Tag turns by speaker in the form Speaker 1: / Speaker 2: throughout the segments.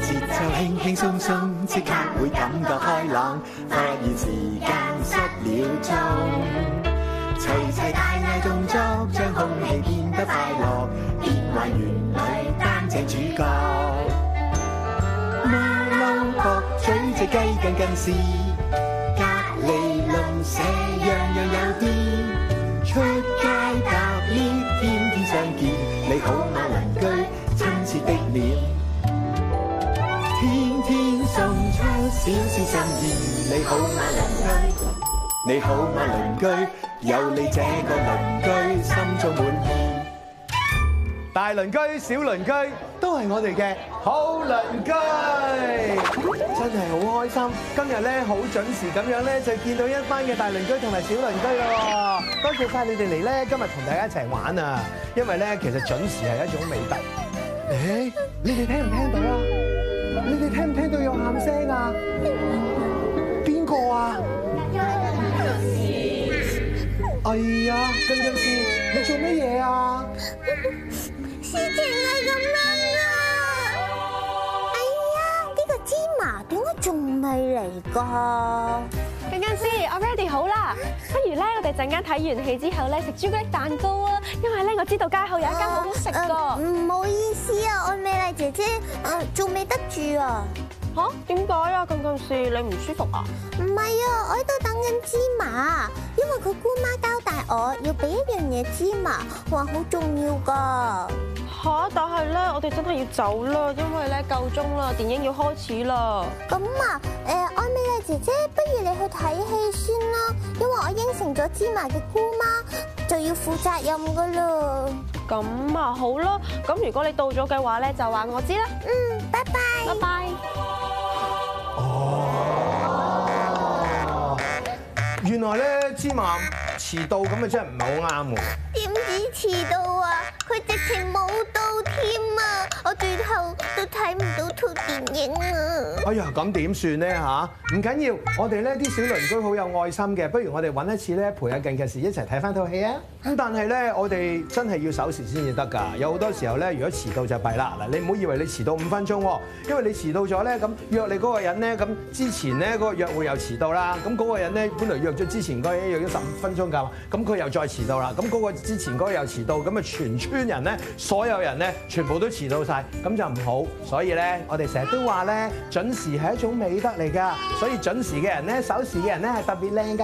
Speaker 1: 輕輕鬆鬆，即刻會感覺開朗，發現時間失了蹤。齊齊大嗌動作，將空氣變得快樂，變幻園裏擔正主角。馬騮駁嘴隻雞近近視，隔離鄰舍樣樣有啲。出街搭 lift 天天相見，你好嗎鄰居，親切的臉。天天送出少少心意，你好嗎鄰居？你好嗎鄰居？有你這個鄰居，心中滿意。
Speaker 2: 大鄰居、小鄰居都係我哋嘅好鄰居，真係好開心！今日咧好準時咁樣咧就見到一班嘅大鄰居同埋小鄰居啦喎，多謝晒你哋嚟咧，今日同大家一齊玩啊！因為咧其實準時係一種美德。誒，你哋聽唔聽到啊？你哋聽唔聽到有喊聲啊？邊個啊？哎呀，近近視，你做乜嘢啊？
Speaker 3: 事情係咁樣啊！哎呀，呢個芝麻點解仲未嚟㗎？
Speaker 4: 近近視，我 ready 好啦，不如咧我哋陣間睇完戲之後咧食朱古力蛋糕啊，因為咧我知道街口有一間好好食㗎。
Speaker 3: 嗯唔好意思啊，愛美麗姐姐，誒仲未得住啊！
Speaker 4: 吓？點解啊？近近視，你唔舒服啊？
Speaker 3: 唔係啊，我喺度等緊芝麻，因為佢姑媽交代我要俾一樣嘢芝麻，話好重要㗎。
Speaker 4: 吓？但係咧，我哋真係要走啦，因為咧夠鐘啦，電影要開始啦。
Speaker 3: 咁啊，誒愛美麗姐姐，不如你去睇戲先啦，因為我應承咗芝麻嘅姑媽就要負責任㗎啦。
Speaker 4: 咁啊好啦，咁如果你到咗嘅話咧，就話我知啦。
Speaker 3: 嗯，拜拜。
Speaker 4: 拜拜。
Speaker 2: 哦，原來咧芝麻遲到咁啊，真係唔係好啱喎。
Speaker 3: 點止遲到啊！佢直情冇到添啊！我最後都睇唔到套電影啊！
Speaker 2: 哎呀，咁點算咧吓？唔緊要，我哋咧啲小鄰居好有愛心嘅，不如我哋揾一次咧陪阿近近時一齊睇翻套戲啊！咁但係咧，我哋真係要守時先至得㗎。有好多時候咧，如果遲到就弊啦。嗱，你唔好以為你遲到五分鐘喎，因為你遲到咗咧，咁約你嗰個人咧，咁之前咧嗰個約會又遲到啦。咁嗰個人咧本來約咗之前嗰個人約咗十五分鐘㗎，咁佢又再遲到啦。咁嗰個之前嗰個又遲到，咁啊全村人咧，所有人咧全部都遲到晒，咁就唔好。所以咧，我哋成日都話咧，準時係一種美德嚟㗎。所以準時嘅人咧，守時嘅人咧係特別靚㗎。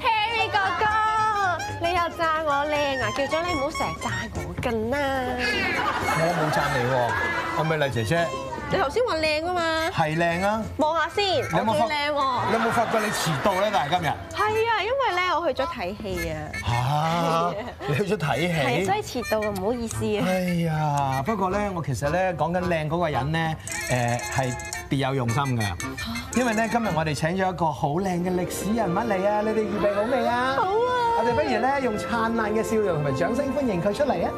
Speaker 4: Harry 哥哥，你又讚我靚啊！叫咗你唔好成日讚我近啦。
Speaker 2: 我啊冇讚你喎，我美麗姐姐
Speaker 4: 你頭先話靚啊嘛，
Speaker 2: 係靚啊！
Speaker 4: 望下先，
Speaker 2: 有
Speaker 4: 我
Speaker 2: 冇
Speaker 4: 最
Speaker 2: 發
Speaker 4: 靚喎。
Speaker 2: 你有冇發覺你遲到咧？但係 今日
Speaker 4: 係啊，因為咧我去咗睇戲啊，
Speaker 2: 嚇，你去咗
Speaker 4: 係
Speaker 2: 睇
Speaker 4: 所以
Speaker 2: 戲。
Speaker 4: 遲到啊，唔好意思 啊。
Speaker 2: 哎呀，不過咧，我其實咧講緊靚嗰個人咧，誒係別有用心㗎。因為咧今日我哋請咗一個好靚嘅歷史人物嚟啊！你哋預備好未啊？
Speaker 4: 好啊
Speaker 2: 我哋不如咧用燦爛嘅笑容同埋掌聲歡迎佢出嚟啊！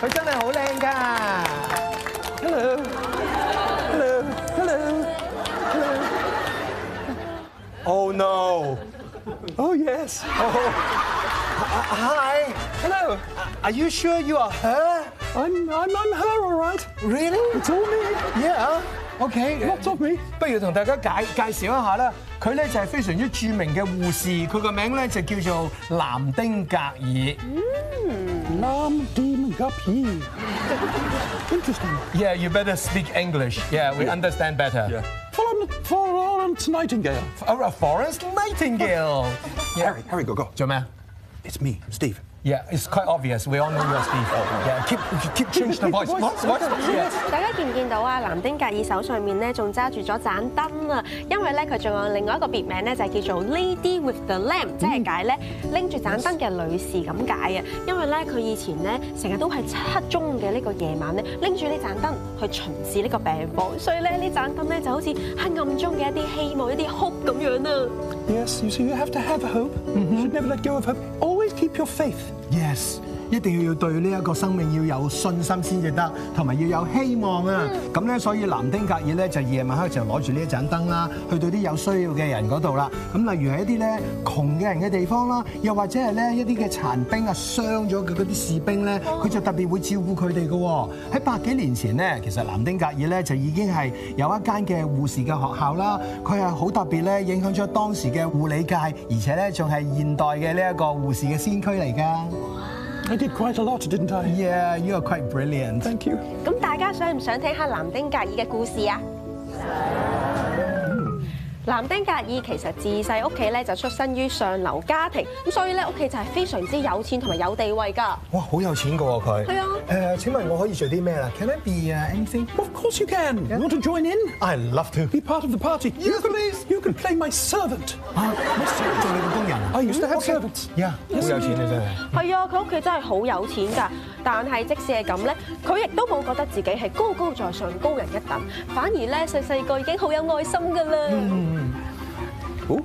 Speaker 2: 佢真係好靚㗎！Hello，hello，hello，hello，hello。Oh no！Oh yes. Oh. Hi. Hello. Are you sure you are her?
Speaker 5: I'm, I'm, I'm her, all right.
Speaker 2: Really?
Speaker 5: It's all me.
Speaker 2: Yeah. uh, OK.
Speaker 5: Lots of me.
Speaker 2: 不如同大家介介紹一下啦。佢咧就係非常之著名嘅護士，佢個名咧就叫做藍丁格爾。
Speaker 5: Lam Dim Gup Yi. Interesting.
Speaker 2: Yeah, you better speak English. Yeah, we understand better. oh,
Speaker 5: For for Lawrence Nightingale.
Speaker 2: A forest nightingale.
Speaker 6: Harry, Harry, go, go.
Speaker 2: 做咩啊？
Speaker 6: It's me, Steve.
Speaker 2: Yeah, it's quite obvious. We all know you're Steve. Yeah, keep keep change the voice. What? What? Yeah.
Speaker 4: 大家見唔見到啊？藍丁格爾手上面咧仲揸住咗盞燈啊，因為咧佢仲有另外一個別名咧就係叫做 Lady with the Lamp，即係解咧拎住盞燈嘅女士咁解啊。因為咧佢以前咧成日都喺七中嘅呢個夜晚咧拎住呢盞燈去巡視呢個病房，所以咧呢盞燈咧就好似黑暗中嘅一啲希望、一啲 hope 咁樣啊。
Speaker 6: Mm-hmm.
Speaker 5: Yes, you see, you have to have a hope. You should never let go of hope. Always keep your faith.
Speaker 2: Yes. 一定要對呢一個生命要有信心先至得，同埋要有希望啊！咁咧，所以南丁格爾咧就夜晚黑就攞住呢一盞燈啦，去到啲有需要嘅人嗰度啦。咁例如係一啲咧窮嘅人嘅地方啦，又或者係咧一啲嘅殘兵啊傷咗嘅嗰啲士兵咧，佢就特別會照顧佢哋嘅喎。喺百幾年前咧，其實南丁格爾咧就已經係有一間嘅護士嘅學校啦，佢係好特別咧，影響咗當時嘅護理界，而且咧仲係現代嘅呢一個護士嘅先驅嚟㗎。
Speaker 5: I did quite a lot, didn't I?
Speaker 2: Yeah, you are quite brilliant.
Speaker 5: Thank you.
Speaker 4: 咁大家想唔想聽下南丁格爾嘅故事啊？南丁格爾其實自細屋企咧就出身於上流家庭，咁所以咧屋企就係非常之有錢同埋有地位㗎。
Speaker 2: 哇，好有錢㗎喎佢。
Speaker 4: 係啊
Speaker 2: 誒，請問我可以做啲咩啦？Can I be uh, anything?
Speaker 5: Of course you can. You want to join in?
Speaker 2: I love to.
Speaker 5: Be part of the party. You can, you can play my servant.
Speaker 2: 啊，做你個工人啊
Speaker 5: I used to
Speaker 6: Mm,
Speaker 5: have servants.
Speaker 2: Yeah，好有錢啊真係。
Speaker 4: 係啊，佢屋企真係好有錢㗎，但係即使係咁咧，佢亦都冇覺得自己係高高在上、高人一等，反而咧細細個已經好有愛心㗎啦。
Speaker 5: Oh.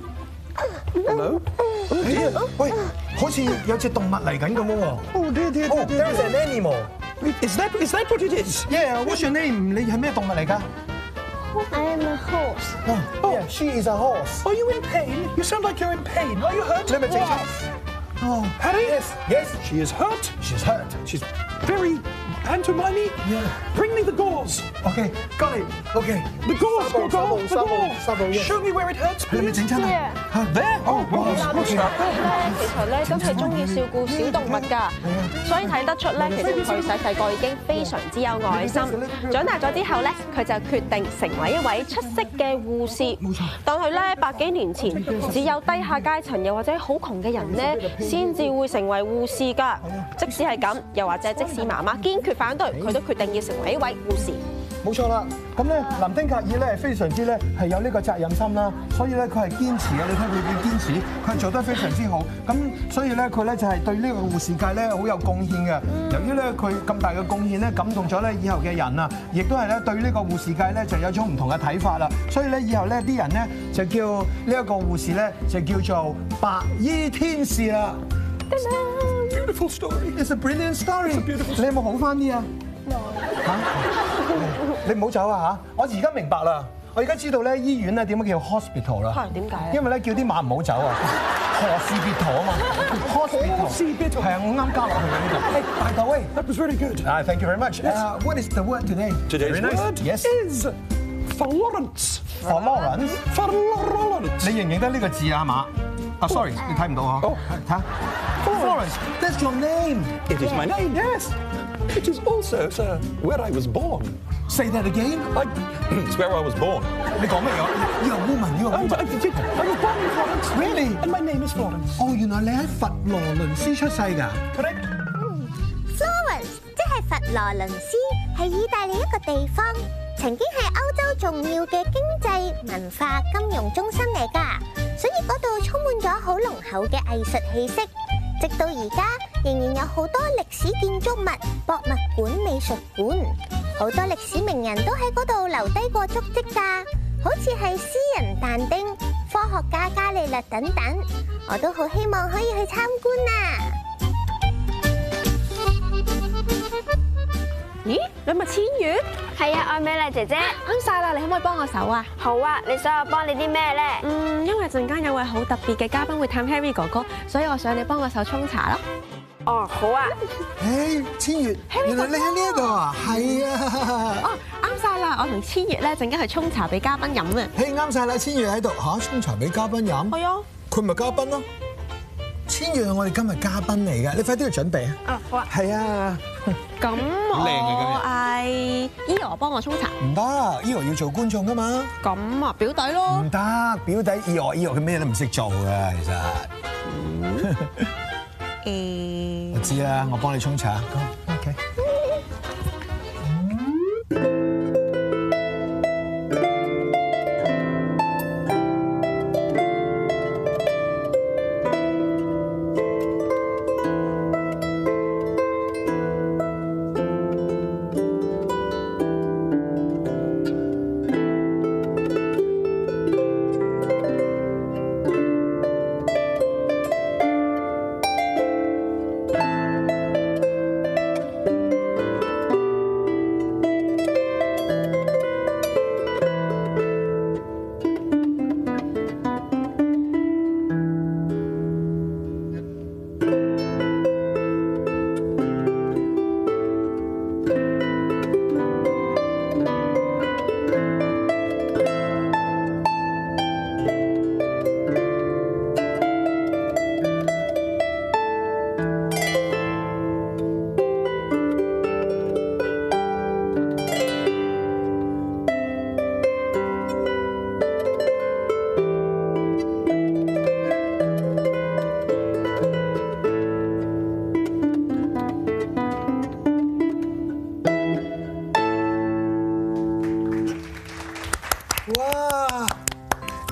Speaker 5: Hello. Oh dear.
Speaker 2: 喂，好似有隻動物嚟緊咁喎。
Speaker 5: Oh dear, dear, dear,
Speaker 2: Oh,
Speaker 5: dear.
Speaker 2: there's an animal.
Speaker 5: Wait, Is that is that what it is?
Speaker 2: Yeah, what's your name？你係咩動物嚟㗎
Speaker 3: I am a horse.
Speaker 2: 哇？Yeah, Oh, she is a horse.
Speaker 5: Are you in pain? You sound like you're in pain. Are you hurt?
Speaker 2: 你咪整錯。
Speaker 5: Oh, Harry.
Speaker 2: Yes, yes.
Speaker 5: She is hurt.
Speaker 2: She's hurt.
Speaker 5: She's very pantomimey.
Speaker 2: Yeah.
Speaker 5: Bring me the gauze.
Speaker 2: OK，過嚟。OK，
Speaker 5: The gauze, the
Speaker 2: Sabo,
Speaker 5: gauze,
Speaker 2: Sabo,
Speaker 5: the
Speaker 2: Sabo, Sabo,
Speaker 5: gauze.
Speaker 2: yes.
Speaker 5: Show me where it hurts,
Speaker 2: 你咪
Speaker 5: please.
Speaker 2: 整親啊
Speaker 4: Yeah.？
Speaker 2: 嚇
Speaker 5: There. Oh,
Speaker 2: Oh,
Speaker 5: wow.
Speaker 4: 南丁格爾咧，其實咧都係中意照顧小動物㗎，所以睇得出咧，其實佢細細個已經非常之有愛心。長大咗之後咧，佢就決定成為一位出色嘅護士。但係咧，百幾年前只有低下階層又或者好窮嘅人咧，先至會成為護士㗎。即使係咁，又或者即使媽媽堅決反對，佢都決定要成為一位護士。
Speaker 2: 冇錯啦，咁咧林丁格爾咧係非常之咧係有呢個責任心啦，所以咧佢係堅持嘅，你睇佢嘅堅持，佢係做得非常之好，咁所以咧佢咧就係對呢個護士界咧好有貢獻嘅。由於咧佢咁大嘅貢獻咧，感動咗咧以後嘅人啊，亦都係咧對呢個護士界咧就有種唔同嘅睇法啦，所以咧以後咧啲人咧就叫呢一個護士咧就叫做白衣天使啦。
Speaker 5: Beautiful story.
Speaker 2: It's a brilliant story。你有冇好翻啲啊？嚇！你唔好走啊嚇！我而家明白啦，我而家知道咧醫院咧點樣叫 hospital 啦。
Speaker 4: 係點解啊咧
Speaker 2: 因為咧叫啲馬唔好走啊，何事別途啊嘛。hospital
Speaker 5: 何事別途
Speaker 2: 係啊，我啱加落去嘅呢度。誒，大頭喂
Speaker 5: That was very good.
Speaker 2: ，I thank you very much。誒，what Uh, is the word today？
Speaker 5: Ah, Today's word
Speaker 2: Yes。
Speaker 5: is Florence.
Speaker 2: For Lawrence，
Speaker 5: Florence.
Speaker 2: 你認唔認得呢個字啊馬？啊，sorry，你睇唔到啊。
Speaker 5: 哦
Speaker 2: 睇下。Florence，that's your name。
Speaker 5: It is my name, yes. It is also, sir, where I was born.
Speaker 2: Say that again。
Speaker 5: I, it's where I was born.
Speaker 2: 你講咩 Oh, 嘢？You're a woman，you're a
Speaker 5: I, I, I
Speaker 2: woman。
Speaker 5: was born in Florence.
Speaker 2: Really?
Speaker 5: And my name is Florence.
Speaker 2: 哦，原來你喺佛羅倫斯出世㗎。
Speaker 5: Correct?
Speaker 3: Florence 即係佛羅倫斯，係意大利一個地方，曾經係歐洲重要嘅經濟、文化、金融中心嚟㗎，所以嗰度充滿咗好濃厚嘅藝術氣息。直到而家，仍然有好多歷史建築物、博物館、美術館，好多歷史名人都喺嗰度留低過足跡㗎，好似係詩人但丁、科學家伽利略等等，我都好希望可以去參觀啊！
Speaker 4: 咦，你咪千月
Speaker 7: 係啊，愛美麗姐姐，
Speaker 4: 啱晒啦！你可唔可以幫我手啊？
Speaker 7: 好啊，你想我幫你啲咩咧？
Speaker 4: 嗯，因為陣間有位好特別嘅嘉賓會探 Harry 哥哥，所以我想你幫我手沖茶啦。
Speaker 7: 哦，好啊，
Speaker 2: 誒，千月，原來你喺呢一度啊？係啊。
Speaker 4: 哦，啱晒啦！我同千月咧陣間去沖茶俾嘉賓飲啊。
Speaker 2: 誒，啱晒啦，千月喺度嚇，沖茶俾嘉賓飲，
Speaker 4: 係啊，
Speaker 2: 佢咪嘉賓咯。千月係我哋今日嘉賓嚟㗎，你快啲去準備啊。
Speaker 7: 哦，好啊，
Speaker 2: 係啊，
Speaker 4: 咁哦我嗌 Eo 幫我沖茶，
Speaker 2: 唔得，Eo 要做觀眾㗎嘛。
Speaker 4: 咁啊表弟咯
Speaker 2: 唔。得，表弟 Eo，Eo 佢咩都唔識做㗎， 其實。
Speaker 4: 誒
Speaker 2: 我，知啦，我幫你沖茶。Go, OK。
Speaker 8: Hãy subscribe cho kênh Ghiền Mì Gõ Để không bỏ lỡ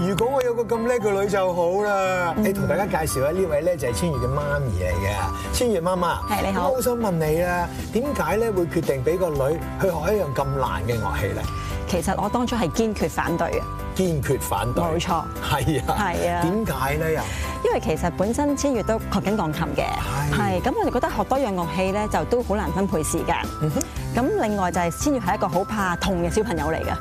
Speaker 2: 如果我有個咁叻嘅女就好啦。
Speaker 8: 嗯
Speaker 2: 你同大家介紹下呢位咧就係千月嘅媽咪嚟嘅，千月媽媽。
Speaker 8: 係你好
Speaker 2: 我好想問你啦，點解咧會決定俾個女去學一樣咁難嘅樂器咧？
Speaker 8: 其實我當初係堅決反對嘅，
Speaker 2: 堅決反對。
Speaker 8: 冇錯
Speaker 2: 係啊。
Speaker 8: 係啊
Speaker 2: 點解咧又？
Speaker 8: 因為其實本身千月都學緊鋼琴嘅，
Speaker 2: 係
Speaker 8: 係咁我哋覺得學多樣樂器咧就都好難分配時間。咁另外就係千月係一個好怕痛嘅小朋友嚟嘅。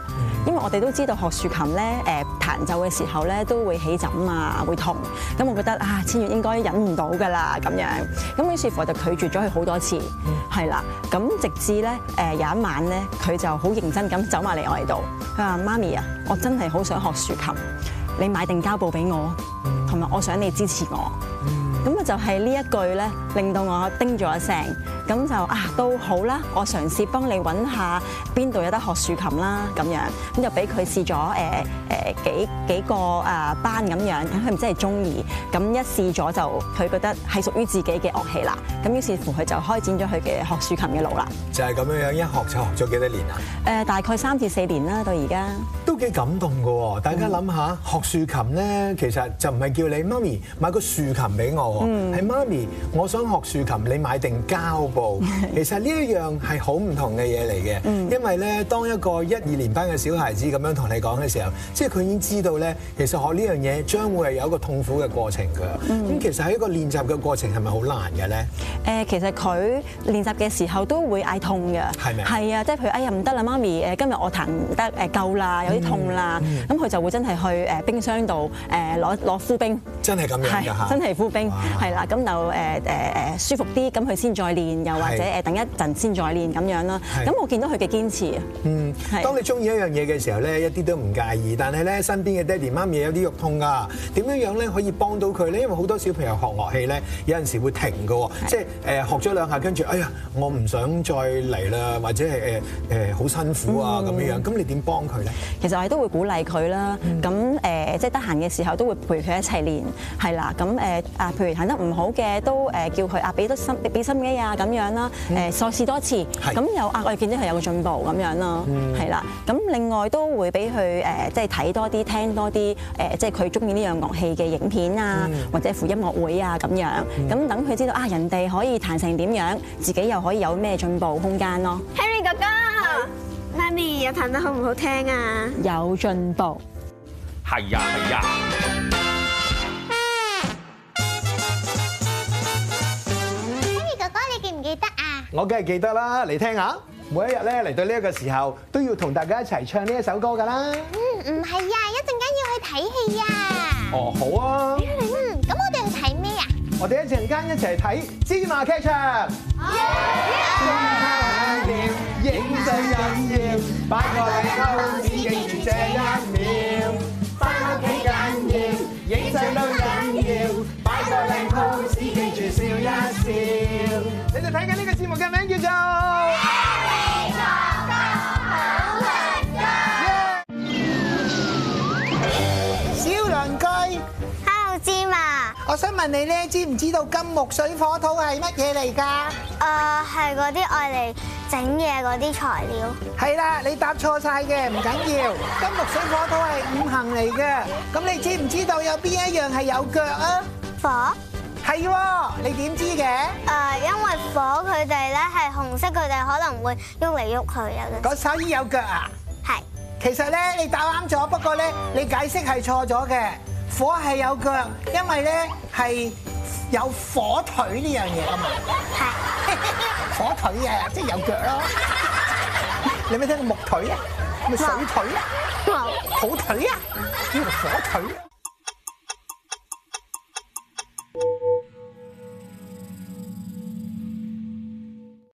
Speaker 8: 因為我哋都知道學豎琴咧，誒彈奏嘅時候咧都會起枕啊，會痛。咁我覺得啊，千月應該忍唔到㗎啦，咁樣。咁於是乎我就拒絕咗佢好多次，係啦。咁直至咧誒有一晚咧，佢就好認真咁走埋嚟我哋度，佢話：媽咪啊，我真係好想學豎琴，你買定膠布俾我，同埋我想你支持我。咁啊就係呢一句咧，令到我叮咗一聲，咁就啊都好啦，我嘗試幫你揾下邊度有得學豎琴啦，咁樣咁就俾佢試咗誒誒幾幾個啊班咁樣，咁佢唔真係中意，咁一試咗就佢覺得係屬於自己嘅樂器啦，咁於是乎佢就開展咗佢嘅學豎琴嘅路啦，
Speaker 2: 就係咁樣樣，一學就學咗幾多年啊？
Speaker 8: 誒大概三至四年啦，到而家。
Speaker 2: 都幾感動嘅喎！大家諗下，學豎琴咧，其實就唔係叫你媽咪買個豎琴俾我
Speaker 8: 嗯
Speaker 2: 喎，係媽咪，我想學豎琴，你買定膠 布。其實呢一樣係好唔同嘅嘢嚟
Speaker 8: 嗯
Speaker 2: 嘅，因為咧，當一個一二年班嘅小孩子咁樣同你講嘅時候，即係佢已經知道咧，其實學呢樣嘢將會係有一個痛苦嘅過程㗎。
Speaker 8: 嗯
Speaker 2: 咁其實喺一個練習嘅過程係咪好難嘅咧？
Speaker 8: 誒，其實佢練習嘅時候都會嗌痛嘅，
Speaker 2: 係咪
Speaker 8: 係啊，即係譬如哎呀唔得啦，媽咪誒，今日我彈唔得誒夠啦，有啲痛啦，
Speaker 2: 嗯
Speaker 8: 咁佢就會真係去誒冰箱度誒攞攞敷冰，
Speaker 2: 真係咁樣㗎嚇
Speaker 8: 真係敷冰
Speaker 2: 哇，
Speaker 8: 係啦，咁就誒誒誒舒服啲，咁佢先再練，又或者
Speaker 2: 係
Speaker 8: 誒等一陣先再練咁樣啦
Speaker 2: 係。
Speaker 8: 咁我見到佢嘅堅持啊，嗯，
Speaker 2: 當你中意一樣嘢嘅時候咧，一啲都唔介意。但係咧，身邊嘅爹哋媽咪有啲肉痛㗎，點樣樣咧可以幫到佢咧？因為好多小朋友學樂器咧，有陣時會停㗎喎，即係誒學咗兩下，跟住哎呀，我唔想再嚟啦，或者係誒誒好辛苦啊咁樣樣。咁你點幫佢咧？
Speaker 8: 其實我哋都會鼓勵佢啦，咁誒即係得閒嘅時候都會陪佢一齊練，係啦，咁誒啊，譬如彈得唔好嘅都誒叫佢啊俾多心俾心機啊咁樣啦，誒再試多次，
Speaker 2: 係
Speaker 8: 咁又啊我哋見到佢有個進步咁樣啦，係啦，咁另外都會俾佢誒即係睇多啲、聽多啲誒即係佢中意呢樣樂器嘅影片啊，或者乎音樂會啊咁樣，咁等佢知道啊人哋可以彈成點樣，自己又可以有咩進步空間咯，
Speaker 7: Harry 哥哥，媽咪有彈得好唔好聽啊？
Speaker 8: 有進步。
Speaker 9: 係呀係啊呀。
Speaker 3: Harry 哥哥，你記唔記得啊？
Speaker 2: 我梗係記得啦，嚟聽下。每一日咧嚟到呢一個時候，都要同大家一齊唱呢一首歌㗎啦。
Speaker 3: 嗯，唔係啊，一陣間要去睇戲啊。
Speaker 2: 哦，好啊，
Speaker 3: 嗯，咁我哋去睇咩啊？
Speaker 2: 我哋一陣間一齊睇芝麻劇場。影相緊要，擺個靚 pose 記住這一秒。翻屋企緊要，影相都緊要，擺個靚 pose 記住笑一笑。你哋睇緊呢個節目嘅名叫做。
Speaker 10: 小鄰居，
Speaker 3: Hello，芝麻，
Speaker 10: 我想問你咧，知唔知道金木水火土係乜嘢
Speaker 3: 誒
Speaker 10: 嚟㗎？
Speaker 3: 係嗰啲愛嚟整嘢嗰啲材料。
Speaker 10: 係啦，你答錯晒嘅，唔緊要。金木水火土係五行嚟嘅，咁你知唔知道有邊一樣係有腳啊？
Speaker 3: 火
Speaker 10: 係喎，你點知嘅？
Speaker 3: 誒，因為火佢哋咧係紅色，佢哋可能會喐嚟喐去啊。
Speaker 10: 嗰手衣有腳啊？
Speaker 3: 係
Speaker 10: 其實咧，你答啱咗，不過咧，你解釋係錯咗嘅。火係有腳，因為咧係有火腿呢樣嘢啊嘛。係，火腿啊，即係有腳咯。你有冇聽過木腿啊？咪水腿啊？
Speaker 3: 冇
Speaker 10: 土腿啊？呢個火腿啊？